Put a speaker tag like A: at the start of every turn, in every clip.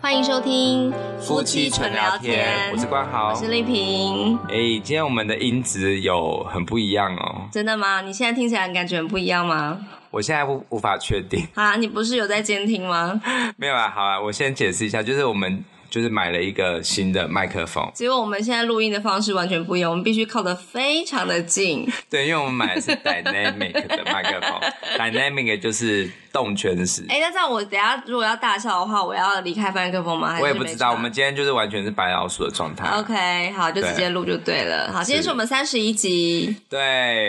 A: 欢迎收听
B: 我是冠豪
A: 我。是丽萍。
B: 哎、今天我们的音质有很不一样哦，
A: 真的吗？你现在听起来感觉很不一样吗？
B: 我现在无无法确定。
A: 啊，你不是有在监听吗？
B: 没有啊，好啊，我先解释一下，就是我们就是买了一个新的麦克风，
A: 结果我们现在录音的方式完全不一样，我们必须靠得非常的 近。
B: 对，因为我们买的是 dynamic 的麦克风，dynamic 就是动圈式。
A: 哎、那这样我等一下如果要大笑的话，我要离开麦克风吗？还是
B: 我也不知道，
A: 没
B: 我
A: 差
B: 们今天就是完全是白老鼠的状态。
A: OK，好，就直接录就对了。好，今天是我们三十一集。
B: 对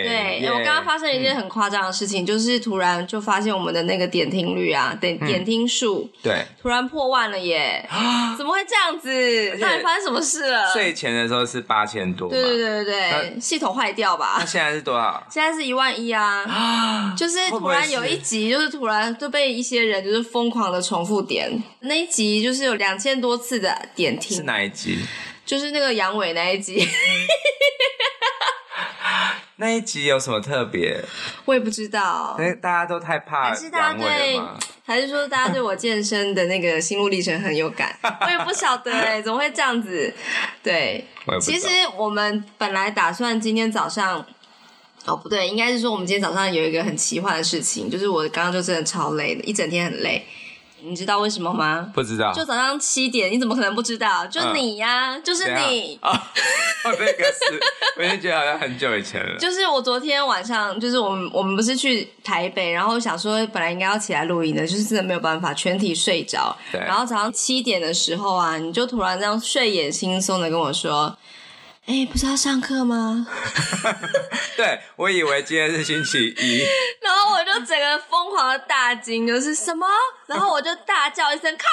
A: 对，
B: 耶嗯
A: 我刚刚发生了一件很夸张的事情，就是突然就发现我们的那个点听率啊，点
B: 嗯
A: 点听数
B: 对
A: 突然破万了耶！怎么会这样子？
B: 啊且
A: 到底发生什么事了？
B: 睡前的时候是八千多嘛，
A: 对对对对对，系统坏掉吧
B: 那？现在是多少？
A: 现在是一万一啊，就是
B: 会不
A: 突
B: 会
A: 然有一集，就是突然就被一些人就是疯狂的重复点，那一集就是有两千多次的点
B: 是
A: 听，
B: 哪一集？
A: 就是那个阳痿那一集，
B: 那一集有什么特别？
A: 我也不知道
B: 哎、，大家都太怕
A: 还是大
B: 阳
A: 家
B: 痿
A: 对
B: 了吗？，
A: 还是说大家对我健身的那个心路历程很有 感？我也不晓得哎、怎么会这样子？对，
B: 我也不知
A: 其
B: 道
A: 实我们本来打算今天早上，哦不对，应该是说我们今天早上有一个很奇幻的事情，就是我刚刚就真的超累的，一整天很累。你知道为什么吗？
B: 不知道，
A: 就早上七点，你怎么可能不知道？就
B: 嗯
A: 你呀、就是
B: 怎样
A: 你。
B: 啊，哦，那个是，我就觉得好像很久以前了。
A: 就是我昨天晚上，就是我们我们不是去台北，然后想说本来应该要起来录音的，就是真的没有办法，全体睡着。
B: 对
A: 然后早上七点的时候啊，你就突然这样睡眼惺忪的跟我说：“哎、不是要上课吗
B: 对，我以为今天是星期一，？”
A: 然后我就整个疯狂的大惊，就是什么？然后我就大叫一 声“靠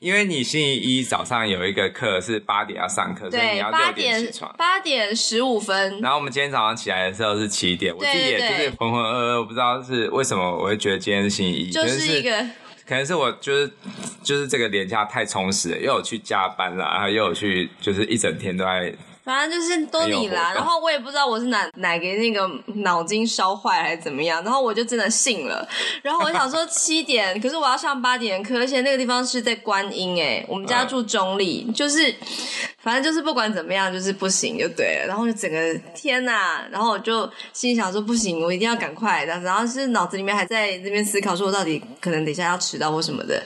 B: 因为你星期一早上有一个课是八点要上课，！”所以你
A: 对
B: 要，
A: 八
B: 六起
A: 点
B: 床。
A: 八点十五分，
B: 然后我们今天早上起来的时候是七点，我
A: 对
B: 自己也
A: 对
B: 就是浑浑噩噩，我不知道是为什么我会觉得今天是星期一，
A: 就
B: 可能
A: 是一个
B: 可能是我就是就是这个连假太充实了，又有去加班啦，然后又有去就是一整天都在
A: 反正就是都你啦，
B: 很有活动
A: 然后我也不知道我是哪哪给那个脑筋烧坏还是怎么样，然后我就真的信了。然后我想说七点，可是我要上八点的课，而且那个地方是在观音哎、我们家
B: 嗯
A: 住中立，就是反正就是不管怎么样，就是不行就对了。然后就整个天呐，然后我就心里想说不行，我一定要赶快。然后然后是脑子里面还在那边思考，说我到底可能等一下要迟到或什么的，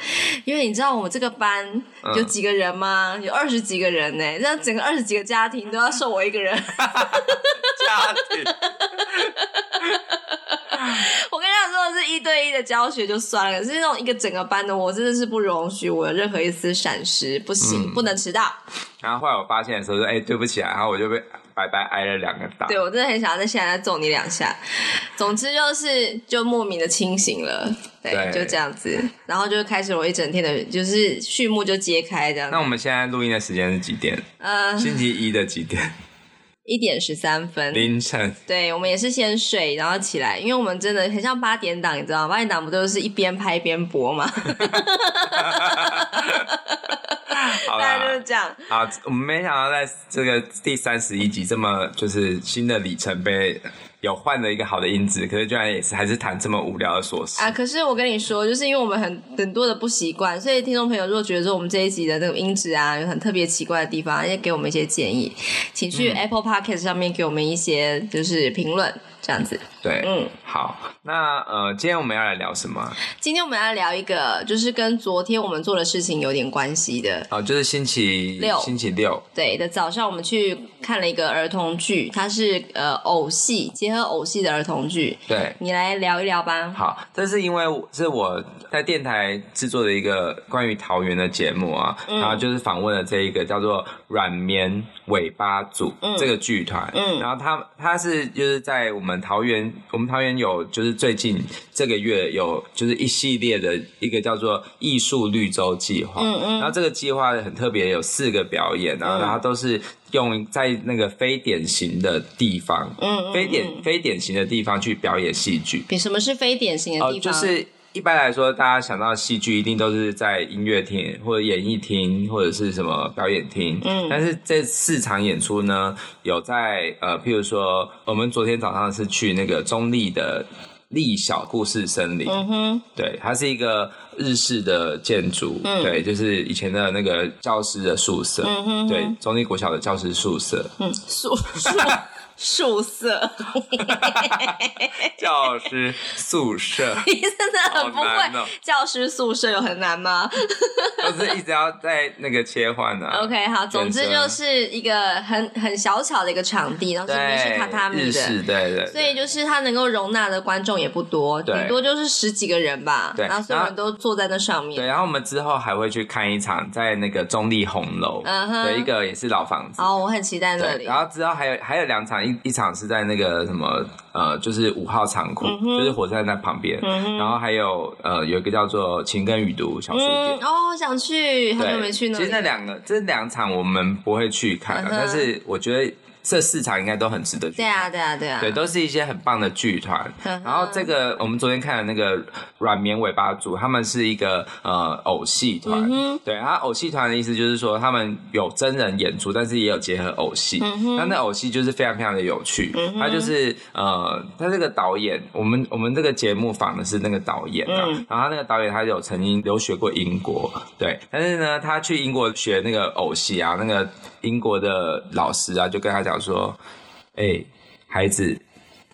A: 因为你知道我们这个班
B: 嗯
A: 有几个人吗？有二十几个人呢、欸，这样整个二十几个家庭都要受我一个人。
B: 家庭。
A: 我跟你讲，如果是一对一的教学就算了，是那种一个整个班的，我真的是不容许我有任何一丝闪失，不
B: 嗯
A: 行，不能迟到。
B: 然后后来我发现的时候说，哎、对不起啊，然后我就被白白挨了两个打。
A: 对我真的很想要在现在再揍你两下。总之就是就莫名的清醒了，对，
B: 对
A: 就这样子，然后就开始我一整天的，就是序幕就揭开这样
B: 那。我们现在录音的时间是几点？
A: 呃，
B: 星期一的 几点？
A: 嗯一点十三分，
B: 凌晨。
A: 对，我们也是先睡，然后起来，因为我们真的很像八点档，你知道吗？八点档不都是一边拍一边播 吗？
B: 好
A: 大家就
B: 啦
A: 是，这样。
B: 好，我们没想到在这个第三十一集这么就是新的里程碑，有换了一个好的音质，可是居然也是还是谈这么无聊的琐事。
A: 啊！可是我跟你说，就是因为我们很很多的不习惯，所以听众朋友如果觉得说我们这一集的那个音质啊有很特别奇怪的地方，也给我们一些建议，请去
B: 嗯
A: Apple Podcast 上面给我们一些就是评论，这样子。
B: 对，
A: 嗯，
B: 好，那呃，今天我们要来聊什么啊？
A: 今天我们要聊一个，就是跟昨天我们做的事情有点关系的。
B: 哦，就是星期
A: 六
B: 星期六，
A: 对的，早上我们去看了一个儿童剧，它是呃偶戏，结合偶戏的儿童剧。
B: 对，
A: 你来聊一聊吧。
B: 好，这是因为是我在电台制作的一个关于桃园的节目啊，
A: 嗯
B: 然后就是访问了这一个叫做软绵尾巴组、这个剧团，
A: 嗯
B: 然后他他是就是在我们桃园，我们桃园有就是最近这个月有就是一系列的一个叫做艺术绿洲计划，
A: 嗯嗯
B: 然后这个计划很特别，有四个表演啊，然后都是用在那个非典型的地方，
A: 嗯，嗯
B: 非典、
A: 嗯
B: 非典型的地方去表演戏剧。
A: 比什么是非典型的
B: 哦，
A: 地
B: 就
A: 方？
B: 是一般来说，大家想到戏剧一定都是在音乐厅或者演艺厅或者是什么表演厅。
A: 嗯
B: 但是这四场演出呢，有在呃，譬如说，我们昨天早上是去那个中立的。立小故事森林。
A: 嗯哼，
B: 对，它是一个日式的建筑，
A: 嗯
B: 对，就是以前的那个教师的宿舍，对，中立国小的教师宿舍，
A: 嗯，树树树色，
B: 教师宿舍，
A: 你真的很不
B: 好难
A: 会
B: 哦。
A: 教师宿舍有很难吗
B: 都是一直要在那个切换啊。
A: ？OK，好，总之就是一个很很小巧的一个场地，然后
B: 对
A: 上面是榻榻米
B: 日
A: 的。
B: 式，对对。
A: 所以就是它能够容纳的观众也不多，
B: 对
A: 顶多就是十几个人吧。
B: 对
A: 然后所有人都坐在那上面
B: 对，。然后我们之后还会去看一场在那个中立红楼
A: 嗯哼
B: 的一个也是老房子，
A: 哦，我很期待那
B: 对，
A: 里。
B: 然后之后还有还有两场，一一场是在那个什么呃，就是五号仓库，
A: 嗯
B: 就是火车站那旁边，然后还有呃有一个叫做情根雨读小书
A: 嗯
B: 店，。
A: 哦，我想去，好久
B: 对，
A: 没去那
B: 其实那
A: 里。
B: 两个这两场我们不会去看啊
A: 嗯，哼
B: 但是我觉得这四场应该都很值得去。
A: 对啊，对啊，对啊。
B: 对，都是一些很棒的剧团。
A: 嗯哼
B: 然后这个我们昨天看的那个软绵尾巴组，他们是一个呃偶戏团。对，它偶戏团的意思就是说，他们有真人演出，但是也有结合偶戏。那、那偶戏就是非常非常的有趣。它就是呃，它这个导演，我们我们这个节目访的是那个导演啊。然后他那个导演他有曾经留学过英国，对，但是呢，他去英国学那个偶戏啊，那个英国的老师啊，就跟他讲说。哎、孩子，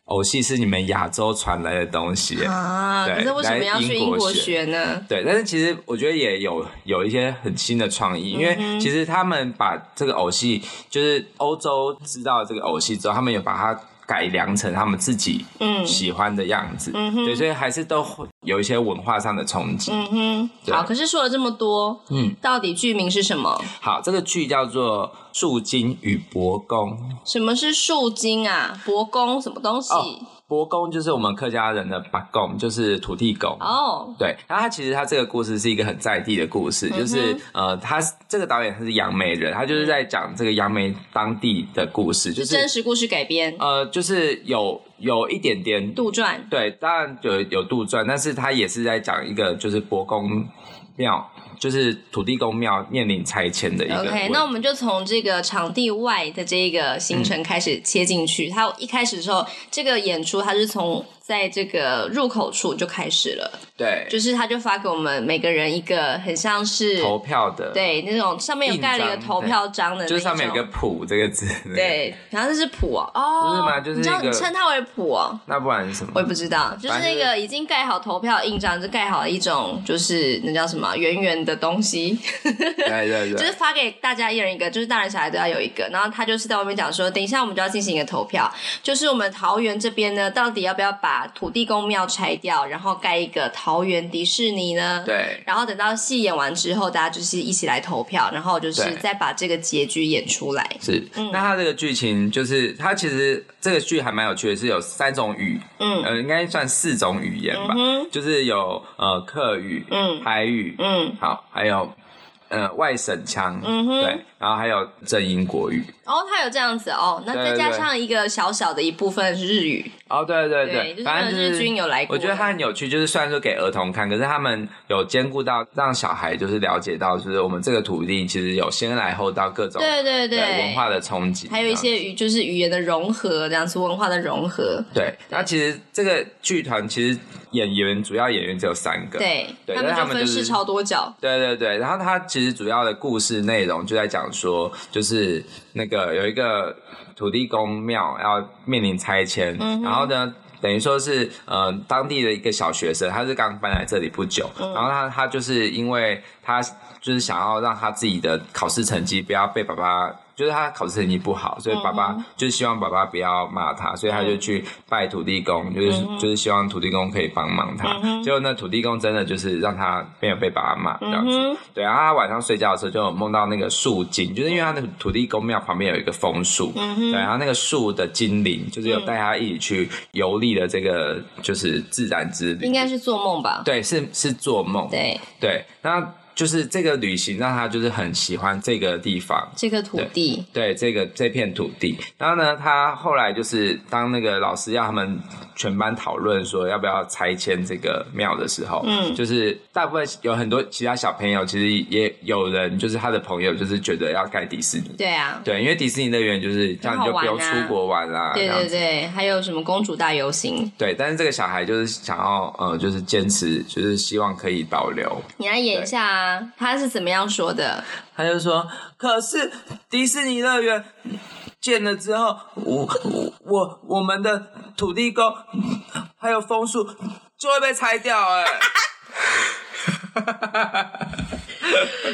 B: 偶戏是你们亚洲传来的东西。
A: 啊，
B: 对
A: 可是为什么要去
B: 来
A: 英
B: 英国
A: 国学
B: 学
A: 呢？
B: 对，但是其实我觉得也有有一些很新的创意，因为
A: 嗯
B: 其实他们把这个偶戏，就是欧洲知道这个偶戏之后，他们有把它改良成他们自己
A: 嗯
B: 喜欢的样子，对，所以还是都会有一些文化上的冲击。
A: 嗯哼，
B: 对
A: 好。可是说了这么多，
B: 嗯，
A: 到底剧名是什么？
B: 好，这个剧叫做《树精与伯公》，
A: 什么是树精啊？伯公什么东西？
B: 哦伯公就是我们客家人的八公，就是土地公。
A: 哦，
B: 对，然后他其实他这个故事是一个很在地的故
A: 嗯
B: 事，就是呃，他是这个导演他是杨梅人，他就是在讲这个杨梅当地的故事，就是是
A: 真实故事改编，
B: 呃，就是有有一点点
A: 杜撰。
B: 对，当然有有杜撰，但是他也是在讲一个就是伯公庙，就是土地公庙面临拆迁的一个问题。
A: OK，那我们就从这个场地外的这个行程开始切进去。它一开始的时候，这个演出它是从在这个入口处就开始了，
B: 对
A: 就是他就发给我们每个人一个很像是
B: 投票的，，
A: 对那种上面有盖了一个
B: 印章
A: 投票章的那种，
B: 就是上面有个谱这个字，
A: 对，然后这是谱哦，哦
B: 不是吗就是
A: 你知道
B: 一个
A: 你称它为谱哦。
B: 那不然是什么？
A: 我也不知道，就是那
B: 反
A: 个已经盖好投票印章，就盖好一种就是那叫什么啊圆圆的东西，
B: 对对
A: 就是
B: 对，
A: 发给大家一人一个，就是大人小孩都要有一个。然后他就是在外面讲说，等一下我们就要进行一个投票，就是我们桃园这边呢，到底要不要把土地公庙拆掉，然后盖一个桃园迪士尼呢？。
B: 对
A: 然后等到戏演完之后，大家就是一起来投票，然后就是
B: 对
A: 再把这个结局演出来。
B: 是，那它这个剧情就是，它其实这个剧还蛮有趣的，是有三种语，
A: 嗯
B: 呃，应该算四种语言吧，
A: 嗯
B: 就是有呃客语、
A: 嗯
B: 台语，
A: 嗯，
B: 好，还有呃外省腔，
A: 嗯哼
B: 对，然后还有正英国语，
A: 哦，他有这样子哦，那
B: 对
A: 再
B: 对
A: 加
B: 对
A: 上一个小小的一部分是日语，
B: 哦，对对
A: 对就是
B: 反
A: 那
B: 正就
A: 个
B: 是
A: 日军有来过
B: 我觉得它很有趣，就是虽然说给儿童看，可是他们有兼顾到让小孩就是了解到，就是我们这个土地其实有先来后到各种
A: 对对
B: 文化的冲击，
A: 还有一些语就是语言的融合，这样子文化的融合，
B: 对，那其实这个剧团其实演员主要演员只有三个，
A: 对，
B: 对
A: 他
B: 但
A: 们
B: 是他
A: 就
B: 们
A: 分
B: 就是
A: 饰超多角，
B: 对对对，然后他其实主要的故事内容就在讲说，就是那个有一个土地公庙要面临拆迁，然后呢。等于说是，呃，当地的一个小学生，他是刚搬来这里不久，然后他他就是因为他就是想要让他自己的考试成绩不要被爸爸，就是他考试成绩不好，所以爸爸就是希望爸爸不要骂他，所以他就去拜土地公，就是就是希望土地公可以帮忙他。结果呢，土地公真的就是让他没有被爸爸骂这样子。对，然后他晚上睡觉的时候就有梦到那个树精，就是因为他那个土地公庙旁边有一个枫树，对，然后那个树的精灵就是有带他一起去游历了这个就是自然之旅
A: 应。该是做梦吧？
B: 对，是是做梦。
A: 对，
B: 对，那就是这个旅行让他就是很喜欢这个地方，
A: 这个土地，
B: 对这个这片土地。然后呢，他后来就是当那个老师要他们全班讨论说要不要拆迁这个庙的时候，嗯，就是大部分有很多其他小朋友，其实也有人就是他的朋友，就是觉得要盖迪士尼。
A: 对啊，
B: 对，因为迪士尼乐园就是这样，你就不
A: 很好
B: 用
A: 玩啊
B: 出国玩啦、
A: 对
B: 这样
A: 对
B: 子
A: 对，还有什么公主大游行？
B: 对，但是这个小孩就是想要，呃，就是坚持，就是希望可以保留。
A: 你来演一下啊，他是怎么样说 的？
B: 他就说：“可是迪士尼乐园建了之后，我我我我们的土地公还有枫树就会被拆掉、欸。”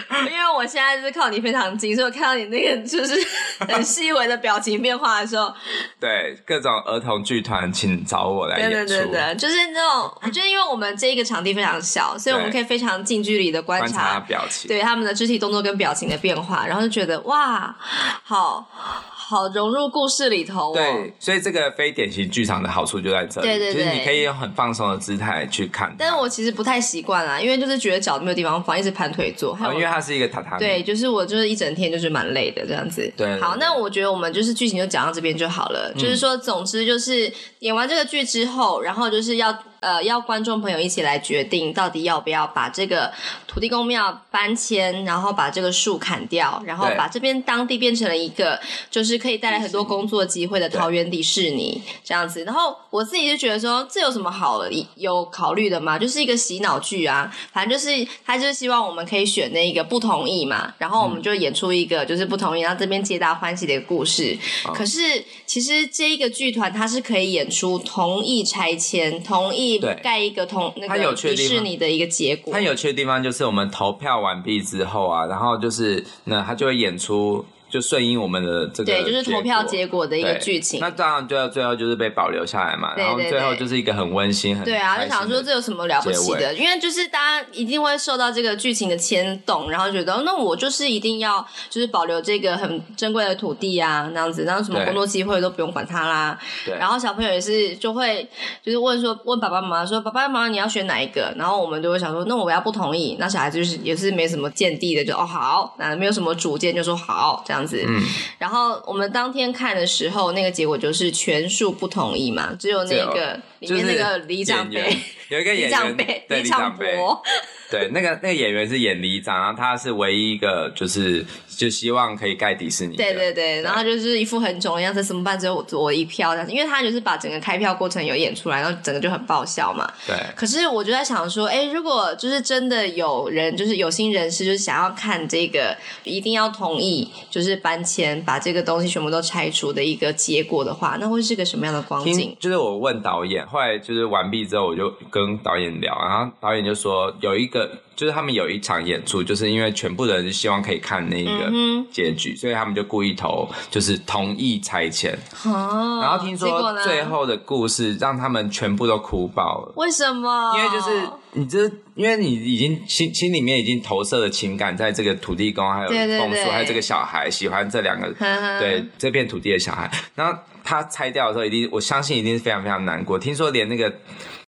B: 哎，
A: 因为我现在就是靠你非常近，所以我看到你那个就是 很细微的表情变化的时候，
B: 对，各种儿童剧团请找我来
A: 对
B: 演
A: 对
B: 出。
A: 对对，就是那种，我觉得因为我们这一个场地非常小，所以我们
B: 对
A: 可以非常近距离的观
B: 观察他
A: 察
B: 表情，
A: 对他们的肢体动作跟表情的变化，然后就觉得哇，好好融入故事里头、哦。
B: 对，所以这个非典型剧场的好处就在这里，
A: 对对
B: 就是
A: 对
B: 你可以用很放松的姿态去看它。
A: 但是我其实不太习惯啦，因为就是觉得脚没有地方放，一直盘腿坐，还
B: 哦，因为
A: 有。
B: 它是一个榻榻米，
A: 对，就是我就是一整天就是蛮累的这样子。
B: 对嗯对
A: 好，
B: 对
A: 那我觉得我们就是剧情就讲到这边就好了。就是说，总之就是演完这个剧之后，然后就是要呃要观众朋友一起来决定到底要不要把这个土地公庙搬迁，然后把这个树砍掉，然后
B: 对
A: 把这边当地变成了一个就是可以带来很多工作机会的
B: 对
A: 桃园迪士尼这样子。然后我自己就觉得说，这有什么好有考虑的吗？就是一个洗脑剧啊，反正就是他就是希望我们可以选那一个不同意嘛，然后我们就演出一个就是不同意，然后这边皆大欢喜的一个故事。
B: 嗯
A: 可是其实这一个剧团它是可以演出同意拆迁、同意
B: 对
A: 盖一个同那
B: 它有
A: 个
B: 确
A: 迪
B: 定吗
A: 士尼的一个结果
B: 它。有趣的地方就是我们投票完毕之后啊，然后就是那它就会演出，就顺应我们的这个
A: 对，就是投票
B: 结
A: 结果的
B: 的
A: 一个剧情。
B: 那当然最后最后就是被保留下来嘛，
A: 对
B: 然后
A: 对
B: 最后
A: 对
B: 就是一个很温馨，很
A: 对啊，就
B: 开心的
A: 想说这有什么了不起的？因为就是大家一定会受到这个剧情的牵动，然后觉得哦那我就是一定要就是保留这个很珍贵的土地啊，那样子，然后什么
B: 对
A: 工作机会都不用管它啦。
B: 对
A: 然后小朋友也是就会就是问说问爸爸妈妈说爸爸妈妈你要选哪一个？然后我们就会想说那我要不同意，那小孩子就是也是没什么见地的，就哦好，那没有什么主见就说好这样子。
B: 嗯，
A: 然后我们当天看的时候，那个结果就是全数不同意嘛，只有那个里
B: 就是
A: 面那个里长
B: 演
A: 辈。
B: 员有一个演
A: 李
B: 员
A: 长辈，
B: 对
A: 李
B: 长
A: 长
B: 辈，
A: 博，
B: 对那个那个演员是演里长，然后他是唯一一个就是就希望可以盖迪士尼的，
A: 对对对，然后就是一副很囧的样子，怎么办？只有我我一票这样子，因为他就是把整个开票过程有演出来，然后整个就很爆笑嘛。
B: 对
A: 可是我就在想说，哎，如果就是真的有人，就是有心人士，就是想要看这个，一定要同意，就是搬迁，把这个东西全部都拆除的一个结果的话，那会是个什么样的光景
B: 听？就是我问导演，后来就是完毕之后，我就跟导演聊，然后导演就说有一个，就是他们有一场演出，就是因为全部的人希望可以看那个
A: 嗯
B: 结局，所以他们就故意投就是同意拆迁，
A: 哦，
B: 然后听
A: 结果
B: 说
A: 呢
B: 最后的故事让他们全部都哭爆了。
A: 为什么？
B: 因为就是你这，因为你已经心心里面已经投射了情感在这个土地公，还有
A: 对嗯对
B: 枫树，
A: 对
B: 还有这个小孩喜欢这两个，
A: 呵
B: 对这片土地的小孩。然后他拆掉的时候，一定我相信一定是非常非常难过。听说连那个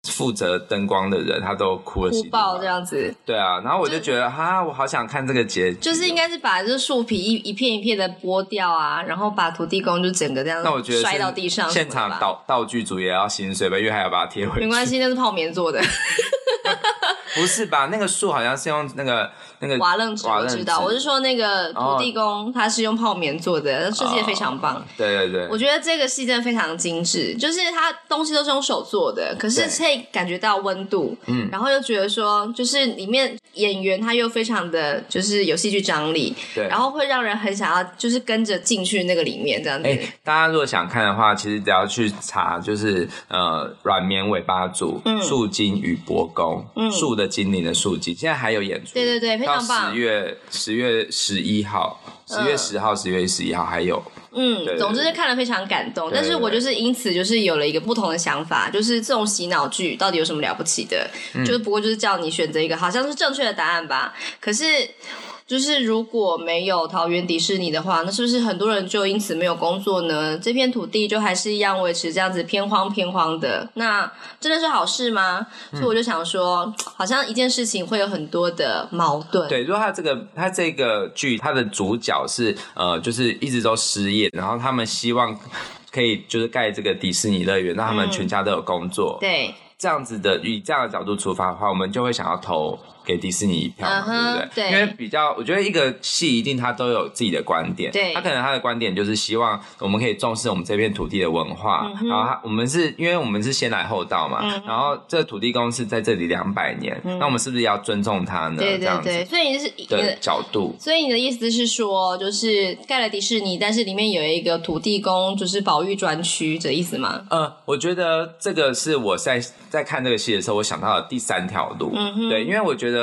B: 负责灯光的人他都哭了，
A: 哭爆这。样子。
B: 对啊，然后我就觉得哈，我好想看这个结局。
A: 就是应。该是把这树皮一一片一片的剥掉啊，然后把土地公就整个这样，
B: 那我觉得是
A: 摔到地上什么的
B: 现
A: 吧，
B: 场道道具组也要心碎吧，因为还要把它贴回去。
A: 没关，系，那是泡棉做 的
B: 不是吧？那个树好像是用那个那个
A: 瓦楞纸，
B: 瓦
A: 我
B: 楞哦
A: 知道。我是说那个土地公他是用泡棉做的，设计得非常棒。
B: 对对对，
A: 我觉得这个戏真的非常精致，就是它东西都是用手做的，可是
B: 对
A: 可以感觉到温度，嗯，然后又觉得说，就是里面演员他又非常的就是有戏剧张力，
B: 对
A: 然后会让人很想要就是跟着进去那个里面这样子。
B: 哎、大家如果想看的话，其实只要去查，就是呃，软绵尾巴族、
A: 嗯
B: 树精与伯公、树的精灵的树精，现在还有演出，
A: 对对对非常棒
B: 十月十月十一号、十月十号、十、月十一号还有，
A: 嗯
B: 对，
A: 总之就看了非常感动，
B: 对
A: 但是我
B: 对
A: 就是因此就是有了一个不同的想法，就是这种洗脑剧到底有什
B: 嗯
A: 么了不起的？就是不过就是叫你选择一个好像是正确的答案吧，可是。就是如果没有桃园迪士尼的话，那是不是很多人就因此没有工作呢？这片土地就还是一样维持这样子偏荒偏荒的，那真的是好事吗？所以
B: 嗯
A: 我就想说，好像一件事情会有很多的矛盾。
B: 对，如果他这个他这个剧，他的主角是呃，就是一直都失业，然后他们希望可以就是盖这个迪士尼乐园，让他们全家都有工作。
A: 嗯对，
B: 这样子的以这样的角度出发的话，我们就会想要投给迪士尼一票嘛
A: 嗯哼
B: 对不
A: 对
B: 因为比较，我觉得一个戏一定他都有自己的观点，
A: 对
B: 他可能他的观点就是希望我们可以重视我们这片土地的文
A: 嗯
B: 化，然后他我们是因为我们是先来后到嘛，然后这土地公是在这里两百年，那我们是不是要尊重他呢？
A: 嗯对
B: 这
A: 对
B: 样
A: 对，
B: 子
A: 所以你是你
B: 的
A: 的
B: 角度。
A: 所以你的意思是说，就是盖了迪士尼，但是里面有一个土地公，就是保育专区的意思吗？
B: 呃，我觉得这个是我在在看这个戏的时候，我想到的第三条路。对，因为我觉得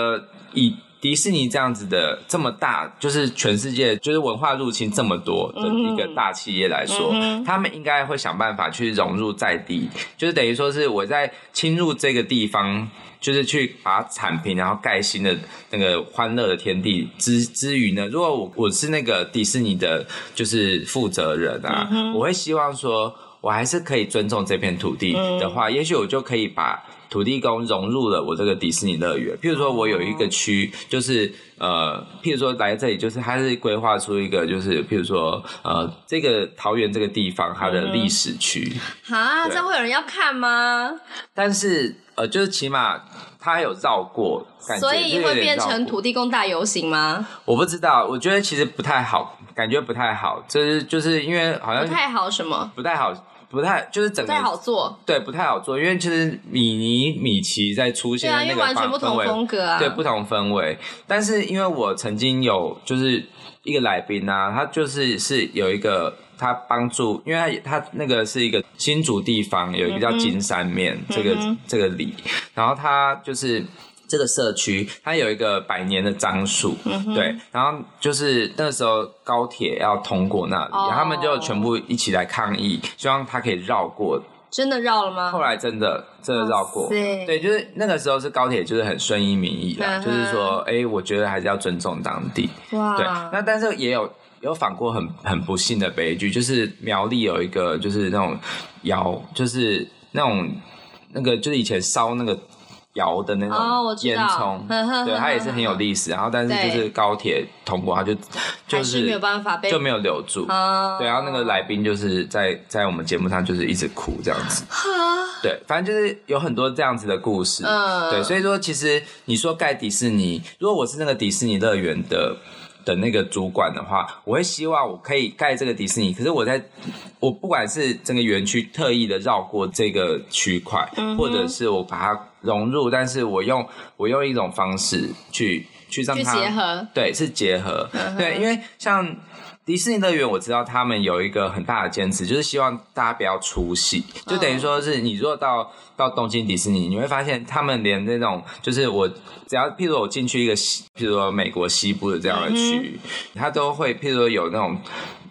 B: 以迪士尼这样子的这么大，就是全世界就是文化入侵这么多的一个大企业来说，他们应该会想办法去融入在地，就是等于说是我在侵入这个地方。就是去把它铲平，然后盖新的那个欢乐的天地之之余呢，如果我我是那个迪士尼的，就是负责人啊，我会希望说，我还是可以尊重这片土地的话，也许我就可以把土地公融入了我这个迪士尼乐园。譬如说，我有一个区，就是呃，譬如说来这里，就是它是规划出一个，就是譬如说呃，这个桃园这个地方它的历史区，
A: 哈，
B: 对
A: 这样会有人要看吗？
B: 但是呃，就是起码它有绕过，感觉
A: 所
B: 就是
A: 以
B: 有
A: 会
B: 点
A: 变
B: 绕
A: 成
B: 过
A: 土地公大游行吗？
B: 我不知道，我觉得其实不太好，感觉不太好，就是就是因为好
A: 不
B: 像
A: 太好，什么
B: 不太好，不太就是整
A: 不
B: 个
A: 太好做？
B: 对，不太好做，因为其实米妮、米奇在出
A: 对
B: 现
A: 啊，
B: 在
A: 因
B: 那
A: 为
B: 个
A: 完全
B: 氛
A: 不同
B: 围
A: 风格啊。
B: 对不同氛围。但是因为我曾经有就是一个来宾啊，他就是是有一个他帮助，因为他他那个是一个新竹地方有一
A: 嗯
B: 个叫金山面、这个、这个里，然后他就是。这个社区它有一个百年的樟树，
A: 嗯
B: 对，然后就是那时候高铁要通过那里，
A: 哦
B: 他们就全部一起来抗议，希望它可以绕过
A: 真的绕了吗？
B: 后来真的真的绕过，
A: 哇塞
B: 对，就是那个时候是高铁，就是很顺应民意啦，
A: 嗯哼
B: 就是说，哎、我觉得还是要尊重当地。对，
A: 哇，
B: 那但是也有有访过很很不幸的悲剧，就是苗栗有一个就是那种窑，就是那种那个就是以前烧那个窑的那
A: 哦我
B: 种
A: 知
B: 烟
A: 道
B: 囱，
A: 呵呵呵
B: 对，它也是很有历史。然后但是就是
A: 对
B: 高铁通过，它就就
A: 还是没有办法被
B: 就没有留住。
A: 啊，
B: 对，然后那个来宾就是在在我们节目上就是一直哭这样子。
A: 哈，
B: 对，反正就是有很多这样子的故事。
A: 嗯
B: 对，所以说其实你说盖迪士尼，如果我是那个迪士尼乐园的的那个主管的话，我会希望我可以盖这个迪士尼，可是我在我不管是整个园区特意的绕过这个区块，
A: 嗯
B: 或者是我把它融入，但是我用我用一种方式去去让
A: 去
B: 它
A: 结合
B: 对，是结合。
A: 嗯哼
B: 对，因为像迪士尼乐园，我知道他们有一个很大的坚持，就是希望大家不要出戏，就
A: 嗯
B: 等于说是你如果到到东京迪士尼，你会发现他们连那种就是我只要，譬如我进去一个西，譬如说美国西部的这样的
A: 嗯
B: 区域，它都会譬如说有那种。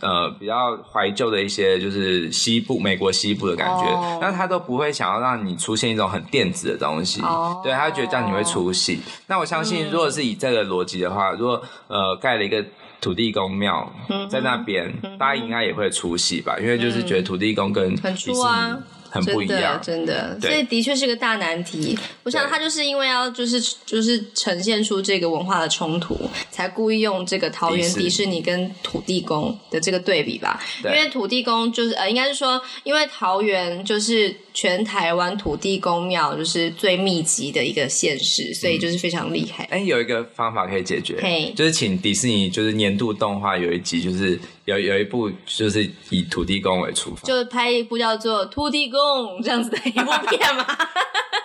B: 呃，比较怀旧的一些就是西部美国西部的感觉
A: 哦
B: 那他都不会想要让你出现一种很电子的东西
A: 哦
B: 对，他觉得这样你会出戏。那我相
A: 嗯
B: 信，如果是以这个逻辑的话，如果呃盖了一个土地公庙、
A: 嗯
B: 在那边，大家应该也会出戏吧？因为就是觉得土地公跟
A: 很
B: 迪士
A: 出啊
B: 尼很不一样。
A: 真的，真的，
B: 对
A: 所以的确是个大难题。我想
B: 对
A: 他就是因为要就是就是呈现出这个文化的冲突，才故意用这个桃
B: 迪
A: 园
B: 士尼
A: 迪士尼跟土地公的这个对比吧。因
B: 对
A: 为土地公就是呃，应该是说，因为桃园就是全台湾土地公庙就是最密集的一个县市，所
B: 嗯
A: 以就是非常厉害。
B: 哎、有一个方法可以解决
A: 嘿
B: 就是请迪士尼就是年度动画有一集，就是有有一部就是以土地公为出发，
A: 就拍一部叫做《土地公》这样子的一部片嘛，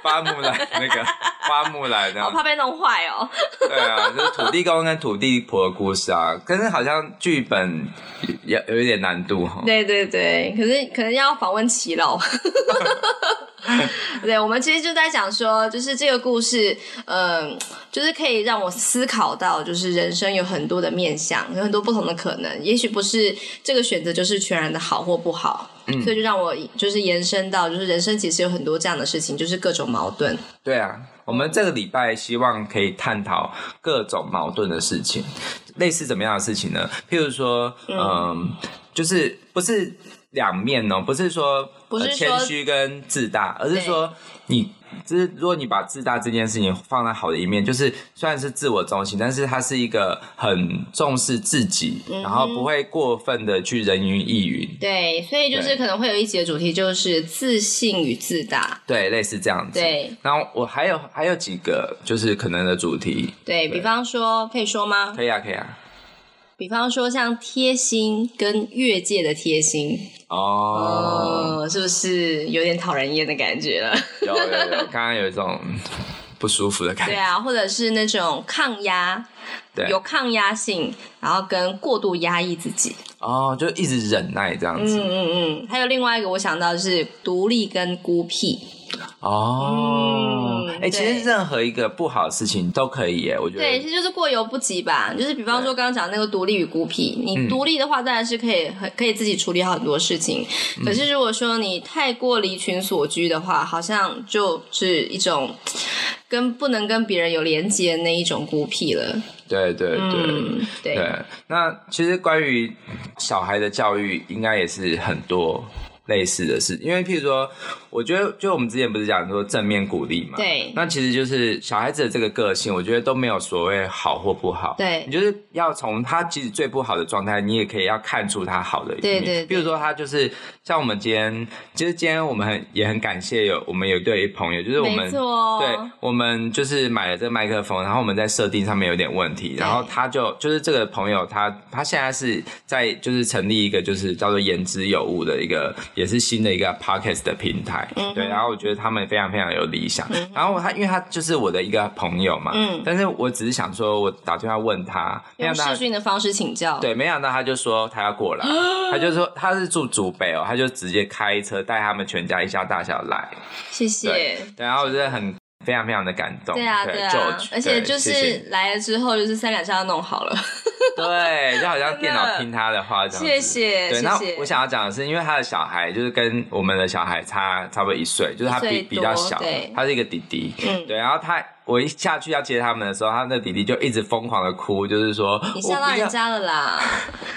B: 花木兰那个花木兰
A: 我
B: 啊，
A: 怕被弄坏哦。
B: 对啊，就是土地公跟土地婆的故事啊，可是好像剧本有有一点难度哈。
A: 对对对，可是可能要访问齐老。 对，我们其实就在讲说，就是这个故事，嗯、就是可以让我思考到，就是人生有很多的面向，有很多不同的可能，也许不是这个选择就是全然的好或不好，
B: 嗯
A: 所以就让我就是延伸到，就是人生其实有很多这样的事情，就是各种矛盾。
B: 对啊，我
A: 哦
B: 们这个礼拜希望可以探讨各种矛盾的事情，类似怎么样的事情呢？譬如说，嗯，就是不是两面哦，不是说
A: 不是
B: 呃
A: 说
B: 谦虚跟自大，而是
A: 对
B: 说你。就是如果你把自大这件事情放在好的一面，就是虽然是自我中心，但是它是一个很重视自己，
A: 嗯
B: 然后不会过分的去人云亦云，
A: 对，所以就是
B: 对
A: 可能会有一集的主题就是自信与自大。
B: 对，类似这样子。
A: 对
B: 然后我还有还有几个就是可能的主题，
A: 对比
B: 对
A: 方说，可以说吗？
B: 可以啊，可以啊。
A: 比方说像贴心跟越界的贴心，
B: 哦，
A: 哦、是不是有点讨人厌的感觉了？
B: 有有 有，刚刚有一种不舒服的感
A: 对
B: 觉。
A: 啊，或者是那种抗压，
B: 对，
A: 有抗压性，然后跟过度压抑自己。
B: 哦，就一直忍耐这样
A: 嗯
B: 子。
A: 嗯嗯，还有另外一个我想到的是独立跟孤僻，
B: 哦，
A: 嗯
B: 哎、其实
A: 对
B: 任何一个不好的事情都可以耶，我觉得。
A: 对，这就是过犹不及吧。就是比方说刚刚讲那个独立与孤僻，
B: 嗯
A: 你独立的话当然是可以很可以自己处理好很多事情，
B: 嗯
A: 可是如果说你太过离群所居的话，好像就是一种跟不能跟别人有连接的那一种孤僻了。
B: 对对对。
A: 嗯，对。
B: 对，那其实关于小孩的教育，应该也是很多类似的事，因为譬如说，我觉得就我们之前不是讲说正面鼓励嘛，
A: 对
B: 那其实就是小孩子的这个个性，我觉得都没有所谓好或不好，
A: 对
B: 你就是要从他即使最不好的状态，你也可以要看出他好的一面，
A: 对对对
B: 比如说他就是像我们今天，其实今天我们很也很感谢有我们有一对朋友，就是我们
A: 没错，哦
B: 对，我们就是买了这个麦克风，然后我们在设定上面有点问题，然后他就就是这个朋友他他现在是在就是成立一个就是叫做言之有物的一个也是新的一个 podcast 的平台，对，然后我觉得他们非常非常有理想，然后他因为他就是我的一个朋友嘛，
A: 嗯
B: 但是我只是想说我打电话问他，没
A: 用
B: 想到他
A: 视讯的方式请教。
B: 对，没想到他就说他要过来，他就说他是住竹北哦，他就直接开车带他们全家一家大小来，
A: 谢谢。
B: 对，然后我觉得很非常非常的感动。
A: 对啊，
B: 对
A: 啊
B: George，，
A: 而且
B: 对
A: 就
B: 谢谢
A: 是来了之后，就是三两下要弄好了。
B: 对，就好像
A: 真的
B: 电脑听他的话这样子。
A: 谢谢，
B: 对，
A: 谢
B: 那
A: 谢。
B: 我想要讲的是，因为他的小孩就是跟我们的小孩差差不多一岁，就是他
A: 一
B: 比
A: 岁多
B: 比较小
A: 对，
B: 他是一个弟弟。
A: 嗯
B: 对，然后他我一下去要接他们的时候，他那弟弟就一直疯狂的哭，就是说
A: 你
B: 我
A: 吓到
B: 不要
A: 人家了 啦，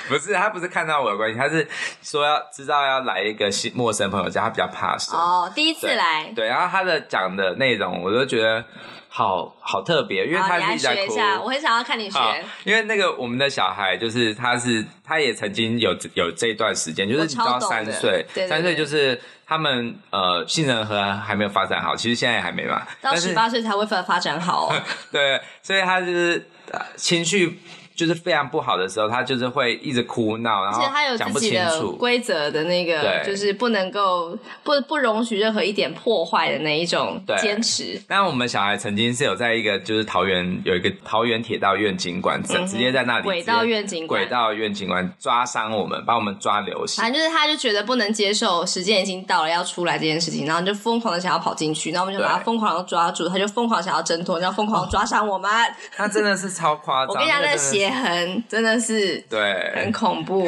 B: 不是他不是看到我的关系，他是说要知道要来一个新陌生朋友家，他比较怕生。
A: 哦，第一次
B: 对
A: 来，
B: 对，然后他的讲的内容，我都觉得好好特别，因为
A: 好，
B: 他
A: 你
B: 自己
A: 来
B: 在
A: 学一
B: 哭。
A: 下，我很想要看你学。
B: 好，啊因为那个我们的小孩就是他是他也曾经有有这一段时间，就是
A: 我
B: 你知道
A: 超懂
B: 三
A: 的
B: 岁
A: 对对，
B: 三岁
A: 对
B: 就是他们呃杏仁核还没有发展好，其实现在也还没嘛，
A: 到
B: 但是
A: 十八岁才会发发展 好哦，
B: 对，所以他就是、呃情绪就是非常不好的时候，他就是会一直哭闹，然
A: 而
B: 后
A: 且他有
B: 讲
A: 自
B: 不
A: 己
B: 清
A: 的
B: 楚。
A: 规则的那个，
B: 对
A: 就是不能够不不容许任何一点破坏的那一种
B: 对
A: 坚持。
B: 但我们小孩曾经是有在一个就是桃园有一个桃园铁道院警馆，直、
A: 嗯哼
B: 直接在那里
A: 轨
B: 直接
A: 道院警
B: 轨
A: 馆
B: 道院警官抓伤我们，把我们抓流血。
A: 反正就是他就觉得不能接受，时间已经到了要出来这件事情，然后就疯狂的想要跑进去，然后我们就把他
B: 对
A: 疯狂的抓住，他就疯狂想要挣脱，然后疯狂地抓伤 我们。
B: 他真的是超夸张，
A: 我跟你讲，那
B: 个
A: 个
B: 真的
A: 血痕真的是
B: 对，
A: 很恐怖，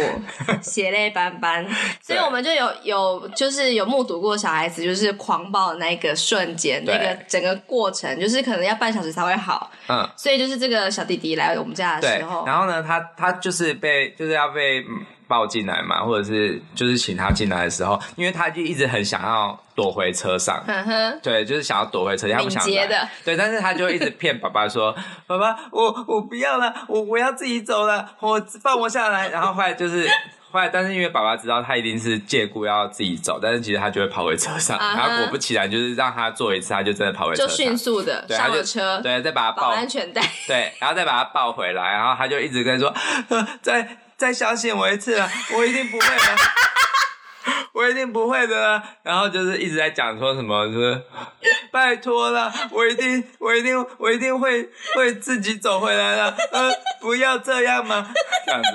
A: 血泪斑斑。所以我们就有有就是有目睹过小孩子就是狂暴的那一个瞬间，
B: 对
A: 那个整个过程就是可能要半小时才会好。
B: 嗯，
A: 所以就是这个小弟弟来我们家的
B: 对
A: 时候，，
B: 然后呢，他他就是被就是要被嗯抱进来嘛，或者是就是请他进来的时候，因为他就一直很想要躲回车上。
A: 哼嗯哼，
B: 对，就是想要躲回车，他不想
A: 敏捷
B: 来
A: 的。
B: 对，但是他就一直骗爸爸说：“爸爸，我我不要了，我我要自己走了，我放我下来。”然后后来就是后来，但是因为爸爸知道他一定是借故要自己走，但是其实他就会跑回车上。
A: 啊哈
B: 然后果不其然，就是让他做一次，他就真的跑回车
A: 就
B: 上，
A: 迅速的
B: 对，他
A: 上
B: 就
A: 了车，
B: 对，再把他
A: 绑
B: 抱
A: 安全带。
B: 对，然后再把他抱回来，然后他就一直跟说，呃再再相信我一次了，我一定不会的，我一定不会的啦。然后就是一直在讲说什么，就是拜托了，我一定，我一定，我一定会会自己走回来的，呃，不要这样嘛，这样子。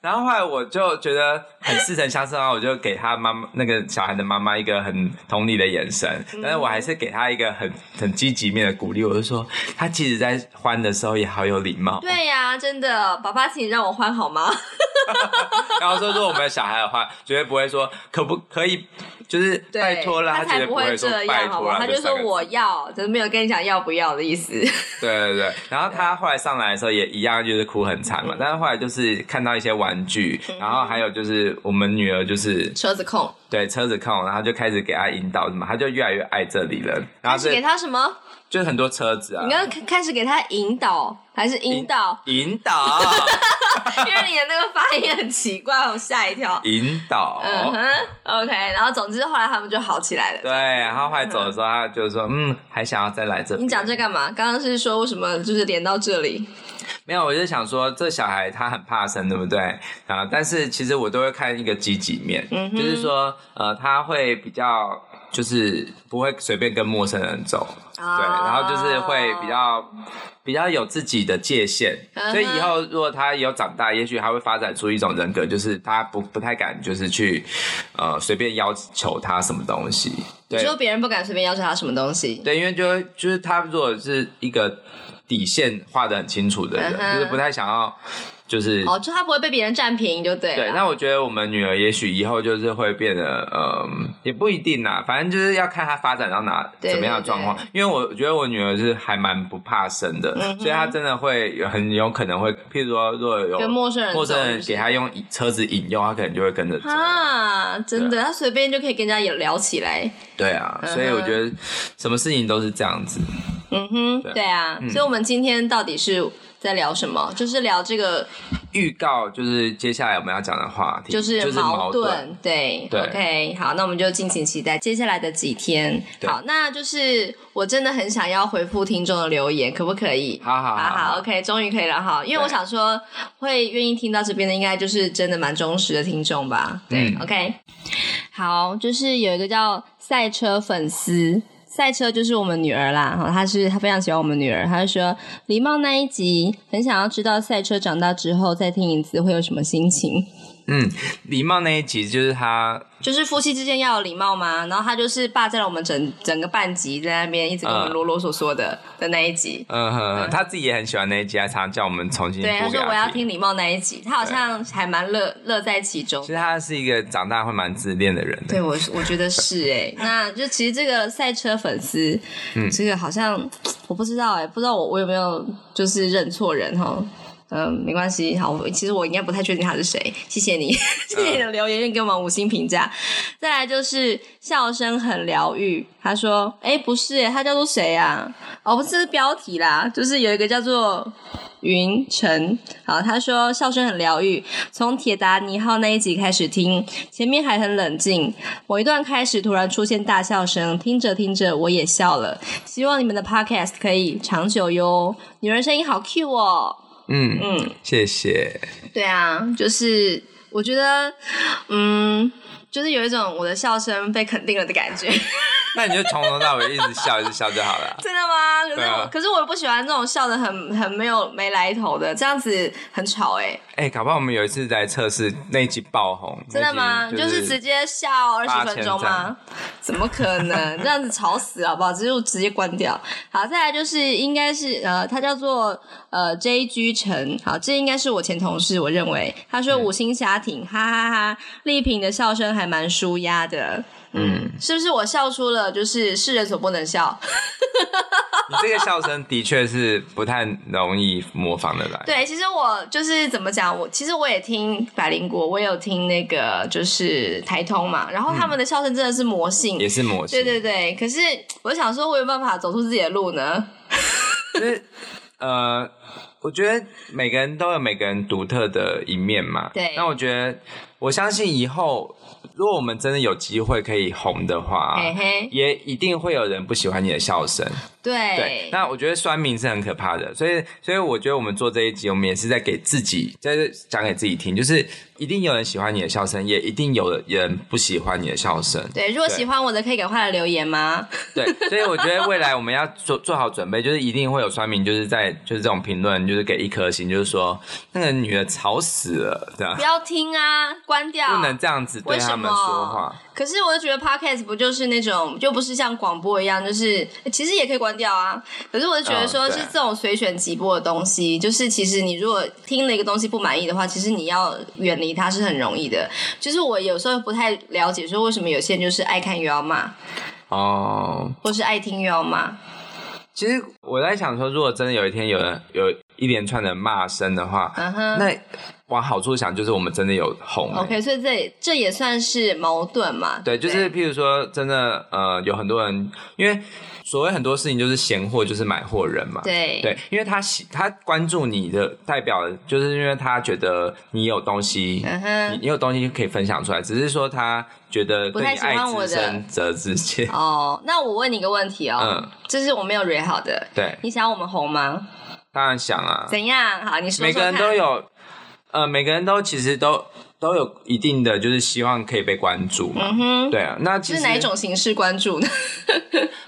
B: 然后后来我就觉得很似曾相识，然后我就给他妈妈那个小孩的妈妈一个很同理的眼神，但是我还是给他一个很很积极面的鼓励，我就说他即使在欢的时候也好有礼貌。
A: 对呀、真的，爸爸，请让我换好吗？
B: 然后说，如果我们有小孩的话，绝对不会说可不可以，就是
A: 对，
B: 拜托啦，
A: 他
B: 绝
A: 才
B: 对
A: 不
B: 会说
A: 这
B: 拜
A: 样，好不
B: 托
A: 好？
B: 啦，
A: 他就
B: 三
A: 说
B: 个字
A: 我要，只是没有跟你讲要不要的意思。
B: 对对对，然后他后来上来的时候也一样，就是哭很惨
A: 嗯
B: 嘛。但是后来就是看到一些玩具，然后还有就是我们女儿就是
A: 车子控，
B: 对车子控，然后就开始给她引导什么，她就越来越爱这里了。然后
A: 开始给
B: 是
A: 他什么？
B: 就是很多车子啊
A: 你，刚刚开始给他引导，还是引导？
B: 引 导
A: 因为你的那个发音很奇怪，我吓一跳。
B: 引导，
A: 嗯哼，OK。然后总之后来他们就好起来了。
B: 对。啊然后后来走的时候，她就说嗯，还想要再来这边。
A: 你讲这干嘛？刚刚是说为什么就是连到这里？
B: 没有，我就想说，这小孩他很怕生，对不对？啊，但是其实我都会看一个积极面，
A: 嗯
B: 就是说，呃，他会比较就是不会随便跟陌生人走，
A: 啊
B: 对，然后就是会比较比较有自己的界限，
A: 嗯哼
B: 所以以后如果他有长大，也许他会发展出一种人格，就是他不不太敢就是去呃随便要求他什么东西，
A: 你
B: 对，
A: 说别人不敢随便要求他什么东西，
B: 对，因为就就是他如果是一个底线画的很清楚的人，
A: 嗯哼
B: 就是不太想要，就是、
A: 哦，就他不会被别人占平就对了。
B: 对。那我觉得我们女儿也许以后就是会变得，嗯，也不一定啦，反正就是要看她发展到哪
A: 对
B: 怎么样的
A: 对
B: 状况
A: 对。
B: 因为我觉得我女儿是还蛮不怕生的，
A: 嗯哼
B: 所以她真的会有很有可能会，譬如说，如果有
A: 跟陌生人走
B: 陌生人
A: 是不是
B: 给她用引车子引诱，她可能就会跟着走。
A: 啊，真的，他随便就可以跟人家也聊起来。
B: 对啊，所以我觉得什么事情都是这样子。
A: 嗯哼，
B: 对
A: 对啊，所以我们今天到底是在聊什么？就是聊这个，
B: 预告就是接下来我们要讲的话题，
A: 就是
B: 就是
A: 矛
B: 矛
A: 盾，
B: 盾。
A: 对
B: 对
A: o k 好，那我们就敬请期待接下来的几天。
B: 对
A: 好，那就是我真的很想要回复听众的留言，可不可以？
B: 好
A: 好
B: 好好
A: 好，OK，终于可以了哈，因为
B: 对
A: 我想说会愿意听到这边的，应该就是真的蛮忠实的听众吧？对、
B: 嗯
A: o k 好，就是有一个叫赛车粉丝。赛车就是我们女儿啦，哈，她是她非常喜欢我们女儿，她就说狸猫那一集很想要知道赛车长大之后再听一次会有什么心情，
B: 嗯，礼貌那一集就是他，
A: 就是夫妻之间要有礼貌嘛，然后她就是霸占了我们整整个半集，在那边一直跟我们
B: 嗯
A: 啰啰嗦嗦的、的那一集，
B: 嗯哼，他自己也很喜欢那一集，还常叫我们重新播
A: 对，
B: 给
A: 他
B: 他
A: 说我要听。礼貌那一集，他好像还蛮乐乐在其中
B: 其。实他是一个长大会蛮自恋的人的，
A: 对我，我觉得是哎、那就其实这个赛车粉丝，这个好像我不知道哎、不知道我我有没有就是认错人哈。嗯，没关系，好，我其实我应该不太确定他是谁。谢谢你，谢谢你的留言，愿意给我们五星评价。再来就是笑声很疗愈，他说：“哎、不是、欸，他叫做谁啊？哦，不是这是标题啦，就是有一个叫做云晨，好，他说笑声很疗愈，从铁达尼号那一集开始听，前面还很冷静，某一段开始突然出现大笑声，听着听着我也笑了。希望你们的 podcast 可以长久哟，女人声音好 Q 哦。”
B: 嗯嗯，谢谢。
A: 对啊，就是我觉得，嗯，就是有一种我的笑声被肯定了的感觉。
B: 那你就从头到尾一直笑，一直笑就好了。
A: 真的吗？可
B: 对
A: 是我，
B: 啊
A: 可是我又不喜欢这种笑的很很没有没来头的，这样子很吵哎、
B: 哎、搞不好我们有一次来测试那一集爆红，
A: 真的吗？
B: 那
A: 就
B: 一集就是
A: 直接笑二十分钟吗？怎么可能？这样子吵死好不好？直接我直接关掉。好，再来就是应该是呃，他叫做呃 J G 陈，好，这应该是我前同事，我认为他
B: 嗯
A: 说五星侠挺，哈哈哈丽萍的笑声还蛮舒压的。
B: 嗯，
A: 是不是我笑出了就是世人所不能笑？
B: 你这个笑声的确是不太容易模仿的来。
A: 对，其实我就是怎么讲，我其实我也听百灵果，我也有听那个就是台通嘛，然后他们的笑声真的是魔性，
B: 嗯也是模型。
A: 对对对。可是我想说，我有办法走出自己的路呢？
B: 就是呃，我觉得每个人都有每个人独特的一面嘛。
A: 对
B: 那我觉得，我相信以后，如果我们真的有机会可以红的话，
A: 嘿嘿，
B: 也一定会有人不喜欢你的笑声。对
A: 对，，
B: 那我觉得酸民是很可怕的，所以所以我觉得我们做这一集，我们也是在给自己，在这讲给自己听，就是一定有人喜欢你的笑声，也一定有人不喜欢你的笑声。
A: 对，如果
B: 对
A: 喜欢我的，可以赶快来留言 吗？
B: 对，所以我觉得未来我们要做做好准备，就是一定会有酸民，就是在就是这种评论，就就是给一颗星，就是说那个女的吵死了，这样
A: 不要听啊，关掉，
B: 不能这样子对
A: 为什
B: 他们
A: 么
B: 说话。
A: 可是我就觉得 podcast 不就是那种，就不是像广播一样，就是欸其实也可以关掉啊。可是我就觉得说，
B: 嗯
A: 是
B: 对
A: 这种随选即播的东西，就是其实你如果听了一个东西不满意的话，其实你要远离它是很容易的。就是我有时候不太了解，说为什么有些人就是爱看又要骂，
B: 哦，
A: 或是爱听又要骂。
B: 其实我在想说，如果真的有一天有人有一连串的骂声的话，
A: 嗯哼
B: 那往好处想，就是我们真的有红、欸。
A: OK，所以这也这也算是矛盾嘛？
B: 对，就是譬如说，真的呃，有很多人，因为所谓很多事情就是闲货就是买货人嘛。
A: 对
B: 对，因为他喜他关注你的，代表的就是因为他觉得你有东西，
A: 嗯哼
B: 你你有东西可以分享出来，只是说他觉得
A: 不
B: 对
A: 太
B: 你
A: 喜
B: 爱
A: 欢我的
B: 之深则之切。
A: 哦，那我问你一个问题哦，
B: 嗯
A: 这是我没有 re 好的，
B: 对，
A: 你想要我们红吗？
B: 当然想啊，
A: 怎样？好，你说说
B: 每个人
A: 看
B: 都有，呃，每个人都其实都都有一定的就是希望可以被关注嘛。
A: 嗯哼。
B: 对啊，那其
A: 是
B: 实
A: 哪一种形式关注呢？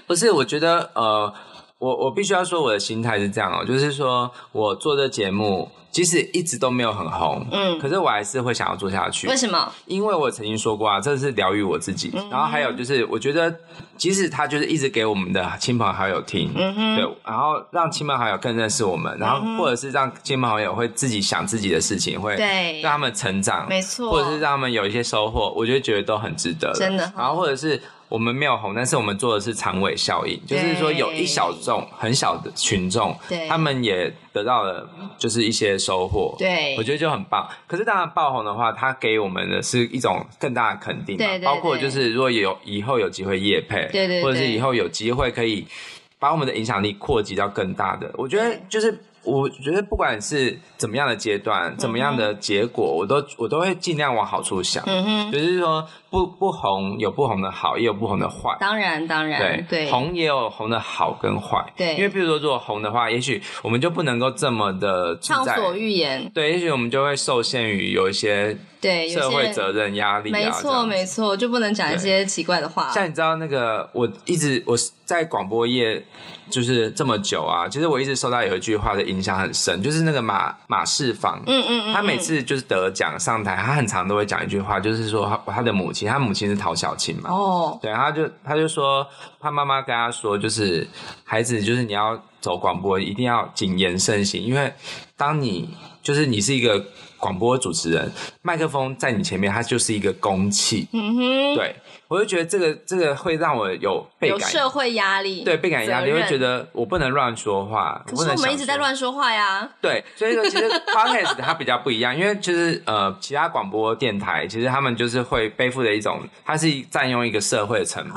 B: 不是，我觉得呃，我我必须要说我的心态是这样哦、就是说我做这节目，即使一直都没有很红，
A: 嗯
B: 可是我还是会想要做下去
A: 为。什么？
B: 因为我曾经说过啊，这是疗愈我自
A: 嗯
B: 己。然后还有就是，我觉得即使他就是一直给我们的亲朋好友听，
A: 嗯
B: 对，然后让亲朋好友更认识我们，然后或者是让亲朋好友会自己想自己的事情，会
A: 对
B: 让他们成长，
A: 没错
B: 或者是让他们有一些收获，我就觉得都很值得了，
A: 真的哦
B: 然后或者是。我们没有红，但是我们做的是长尾效应，就是说有一小众、很小的群众
A: 对，
B: 他们也得到了就是一些收获。
A: 对
B: 我觉得就很棒。可是当然爆红的话，它给我们的是一种更大的肯定嘛，
A: 对对
B: 包括就是如果有以后有机会夜配，
A: 对对对
B: 或者是以后有机会可以把我们的影响力扩及到更大的，我觉得
A: 对
B: 就是。我觉得不管是怎么样的阶
A: 嗯
B: 段，怎么样的结果，我都我都会尽量往好处想。
A: 嗯哼，
B: 就是说，不不红有不红的好，也有不红的坏。
A: 当然当然，嗯对，
B: 红也有红的好跟坏。
A: 对
B: 因为比如说，如果红的话，也许我们就不能够这么的自
A: 畅
B: 在。
A: 所欲言，
B: 对，也许我们就会受限于有一些
A: 对，有
B: 社
A: 些
B: 会
A: 人
B: 责任压力啊。
A: 没
B: 这样
A: 错
B: 子
A: 没错，就不能讲一些奇怪的话。
B: 像你知道那个，我一直我在广播业就是这么久啊，其实我一直受到有一句话的影响很深，就是那个马马世芳，
A: 嗯嗯嗯，
B: 他每次就是得奖上台，他很常都会讲一句话，就是说他他的母亲，他母亲是陶小青嘛，
A: 哦，
B: 对，他就他就说，他妈妈跟他说，就是孩子，就是你要走广播，一定要谨言慎行，因为当你就是你是一个广播主持人，麦克风在你前面，它就是一个公器。
A: 嗯哼，
B: 对我就觉得这个这个会让我有倍
A: 有
B: 感，
A: 社会压力，
B: 对倍感压力，
A: 责
B: 会
A: 任
B: 觉。得我不能乱说话，
A: 可
B: 不
A: 是
B: 能
A: 我们
B: 想
A: 一直在
B: 说
A: 乱说话呀，
B: 对，所以说 其实 podcast 它比较不一样，因为就是呃，其他广播电台其实他们就是会背负的一种，它是占用一个社会的成本。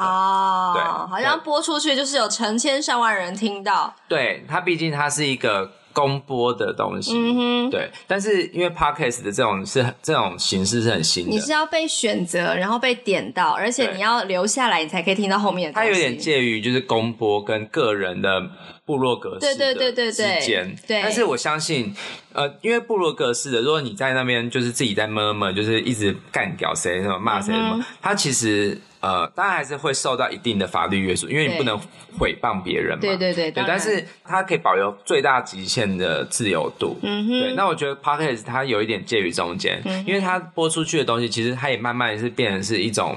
B: 对
A: 哦，好像
B: 对
A: 播出去就是有成千上万人听到，
B: 对，它毕竟它是一个公播的东西。
A: 嗯哼，
B: 对，但是因为 podcast 的这种是这种形式是很新
A: 你是
B: 的，
A: 要被选择，然后被点到，而且
B: 对
A: 你要留下来，你才可以听到后面的东
B: 它
A: 西。
B: 有点介于就是公播跟个人的部落格式的
A: 对对对对对
B: 之间。
A: 对
B: 但是我相信，呃，因为部落格式的，如果你在那边就是自己在闷闷，就是一直干掉谁什么骂谁什
A: 嗯
B: 么，它其实呃，当然还是会受到一定的法律约束，因为你
A: 对
B: 不能毁谤别人嘛。
A: 对对对
B: 对
A: 当，然
B: 但是它可以保留最大极限的自由度。
A: 嗯哼嗯
B: 对，那我觉得 podcast 它有一点介于中间，因为它播出去的东西，其实它也慢慢是变成是一种，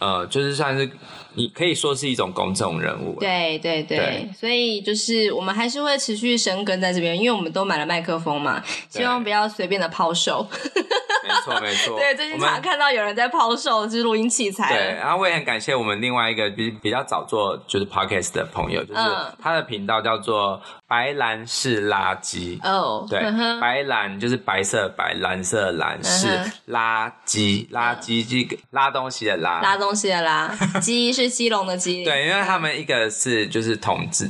B: 呃，就是算是你可以说是一种公众 人物。
A: 对对对，
B: 对
A: 所以就是我们还是会持续深耕在这边，因为我们都买了麦克风嘛，希望不要随便的抛售。
B: 没错没错。
A: 对，最近
B: 我
A: 常
B: 们
A: 看到有人在抛售就是录音器材
B: 对，
A: 了。
B: 然后我也很感谢我们另外一个比比较早做就是 podcast 的朋友，就是
A: 嗯
B: 他的频道叫做白兰氏垃圾。
A: 哦，
B: 对
A: 呵，呵
B: 白蓝就是白色白，蓝色蓝是
A: 嗯
B: 垃圾，垃圾这个拉东西的拉，
A: 拉东西的拉，鸡是鸡笼的鸡。，
B: 对，因为他们一个是就是同志，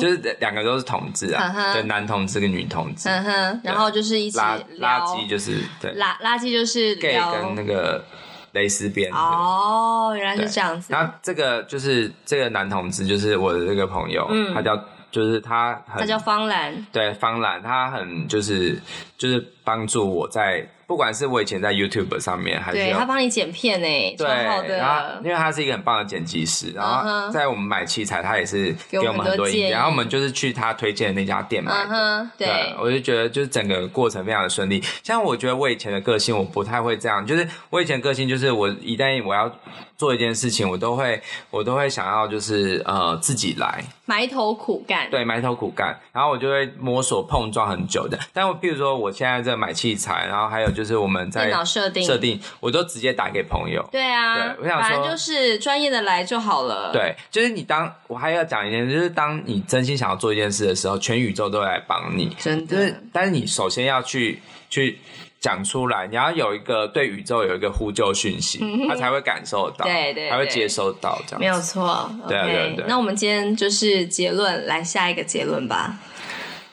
B: 就是两个都是同志
A: 嗯
B: 啊，
A: 哼
B: 对，男同志跟女同志，
A: 嗯哼，然后就是一起
B: 垃
A: 聊
B: 垃圾就是对
A: 垃垃圾就是
B: ，gay
A: 聊
B: 跟那个蕾丝边。
A: 哦，原来
B: 对
A: 是这样子。
B: 然后这个就是这个男同志，就是我的这个朋友，
A: 嗯
B: 他叫就是他
A: 他
B: 很
A: 叫方兰，
B: 对方兰，他很就是就是帮助我在，不管是我以前在 YouTube 上面，还是
A: 对
B: 有
A: 他帮你剪片诶，
B: 对，
A: 超好的。
B: 然后因为他是一个很棒的剪辑师，然
A: 嗯
B: 后
A: 哼
B: 在我们买器材，他也是
A: 给
B: 给
A: 我
B: 我
A: 们
B: 们
A: 很
B: 很
A: 多
B: 多意
A: 建
B: 见，
A: 议
B: 然后我们就是去他推荐的那家店买
A: 嗯
B: 的。
A: 哼，对，
B: 我就觉得就是整个过程非常的顺利。像我觉得我以前的个性，我不太会这样。就是我以前的个性，就是我一旦我要做一件事情，我都会我都会想要就是呃自己来，
A: 埋头苦干。
B: 对，埋头苦干，然后我就会摸索碰撞很久的。但我譬如说我现在在买器材，然后还有就是我们在
A: 电脑设定，
B: 设定，我都直接打给朋友。
A: 对啊，
B: 对我想
A: 反正
B: 说
A: 就是专业的来就好了。，
B: 对，就是你当我还要讲一件事，就是当你真心想要做一件事的时候，全宇宙都会来帮你。
A: 真
B: 就
A: 的
B: 是，但是你首先要去去讲出来，你要有一个对宇宙有一个呼救讯息，他才会感受到，
A: 嗯对对
B: 才会
A: 对
B: 接收到这样。
A: 没有，错。
B: 对啊
A: OK，
B: 对啊对啊
A: 那我们今天就是结论，来下一个结论吧。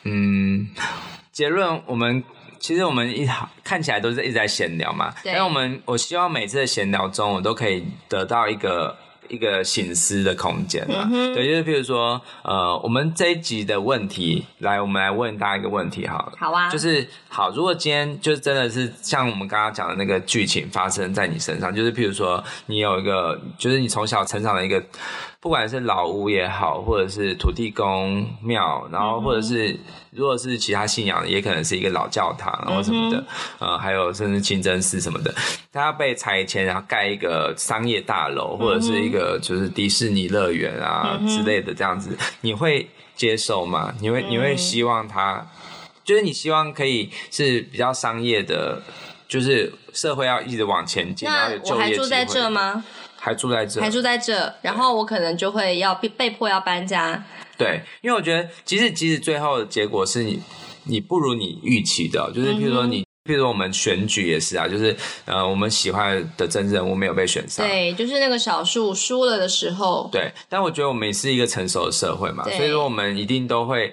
B: 嗯，结论我们。其实我们一看起来都是一直在闲聊嘛，
A: 对
B: 但我们我希望每次的闲聊中，我都可以得到一个一个醒思的空间
A: 嗯
B: 啦。对，就是譬如说，呃，我们这一集的问题，来，我们来问大家一个问题好了。
A: 好啊，
B: 就是好，如果今天就是真的是像我们刚刚讲的那个剧情发生在你身上，就是譬如说你有一个，就是你从小成长的一个，不管是老屋也好，或者是土地公庙，然后或者是如果是其他信仰的，也可能是一个老教堂啊或什么的，呃，还有甚至清真寺什么的，它被拆迁，然后盖一个商业大
A: 嗯
B: 楼或者是一个就是迪士尼乐园啊之类的这样子，你会接受吗？你
A: 嗯
B: 会你会希望它？就是你希望可以是比较商业的，就是社会要一直往前进，然后
A: 那
B: 有就
A: 我还
B: 业
A: 住
B: 机
A: 在
B: 会
A: 这？吗？
B: 还住在这
A: 还，住在这，然后我可能就会要被被迫要搬家。
B: 啊对，因为我觉得，即使即使最后的结果是你你不如你预期的，就是譬如说
A: 嗯
B: 你。譬如说我们选举也是啊，就是呃，我们喜欢的真人物没有被选上，
A: 对，就是那个少数输了的时候，
B: 对，但我觉得我们也是一个成熟的社会嘛，
A: 对
B: 所以说我们一定都会，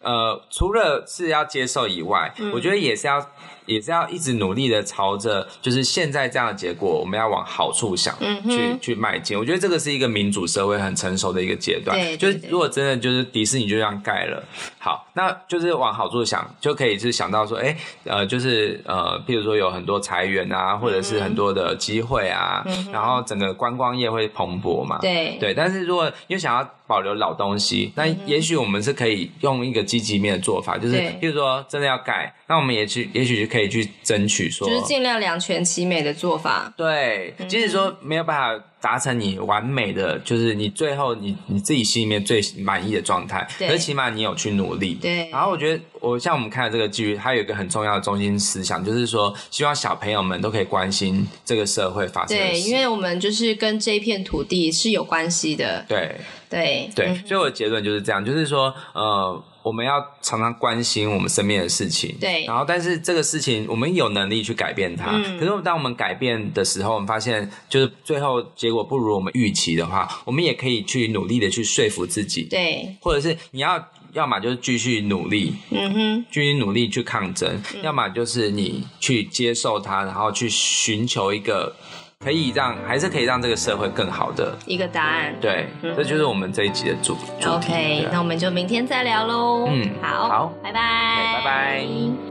B: 呃，除了是要接受以外，我
A: 嗯
B: 觉得也是要也是要一直努力的朝着就是现在这样的结果，我们要往好处想，
A: 嗯哼
B: 去去迈进。我觉得这个是一个民主社会很成熟的一个阶段，
A: 对对
B: 就是
A: 对
B: 如果真的就是迪士尼就这样盖了，好，那就是往好处想，就可以是想到说，哎、呃，就是呃，譬如说有很多裁员啊，或者
A: 嗯
B: 是很多的机会啊，然后整个观光业会蓬勃嘛，
A: 对
B: 啊对，但是如果又想要保留老东西，
A: 嗯
B: 那也许我们是可以用一个积极面的做法，就是
A: 对
B: 譬如说真的要改，那我们也去，也许就可以去争取说，
A: 就是嗯尽量两全其美的做法。
B: 对，即使说没有办法达成你完美的，就是你最后你你自己心里面最满意的状态，
A: 对
B: 可是起码你有去努力。
A: 对
B: 然后我觉得，我像我们看的这个剧，它有一个很重要的中心思想，就是说希望小朋友们都可以关心这个社会发生的
A: 对，
B: 事。
A: 因为我们就是跟这片土地是有关系的。
B: 对
A: 对
B: 对，所以我的结论就是这样，就是说，呃，我们要常常关心我们身边的事情，
A: 对嗯
B: 然后，但是这个事情我们有能力去改变它，可是当我们改变的时候，我们发现就是最后结果不如我们预期的话，我们也可以去努力的去说服自己，
A: 对，
B: 或者是你要，要么就是继续努力，
A: 嗯哼，嗯
B: 继续努力去抗争，要么就是你去接受它，然后去寻求一个可以让还是可以让这个社会更好的。
A: 一个答案。
B: 对，这就是我们这一集的主主题。对
A: OK，
B: 啊
A: 那我们就明天再聊喽。
B: 嗯
A: 好，
B: 好
A: 拜拜，
B: 拜拜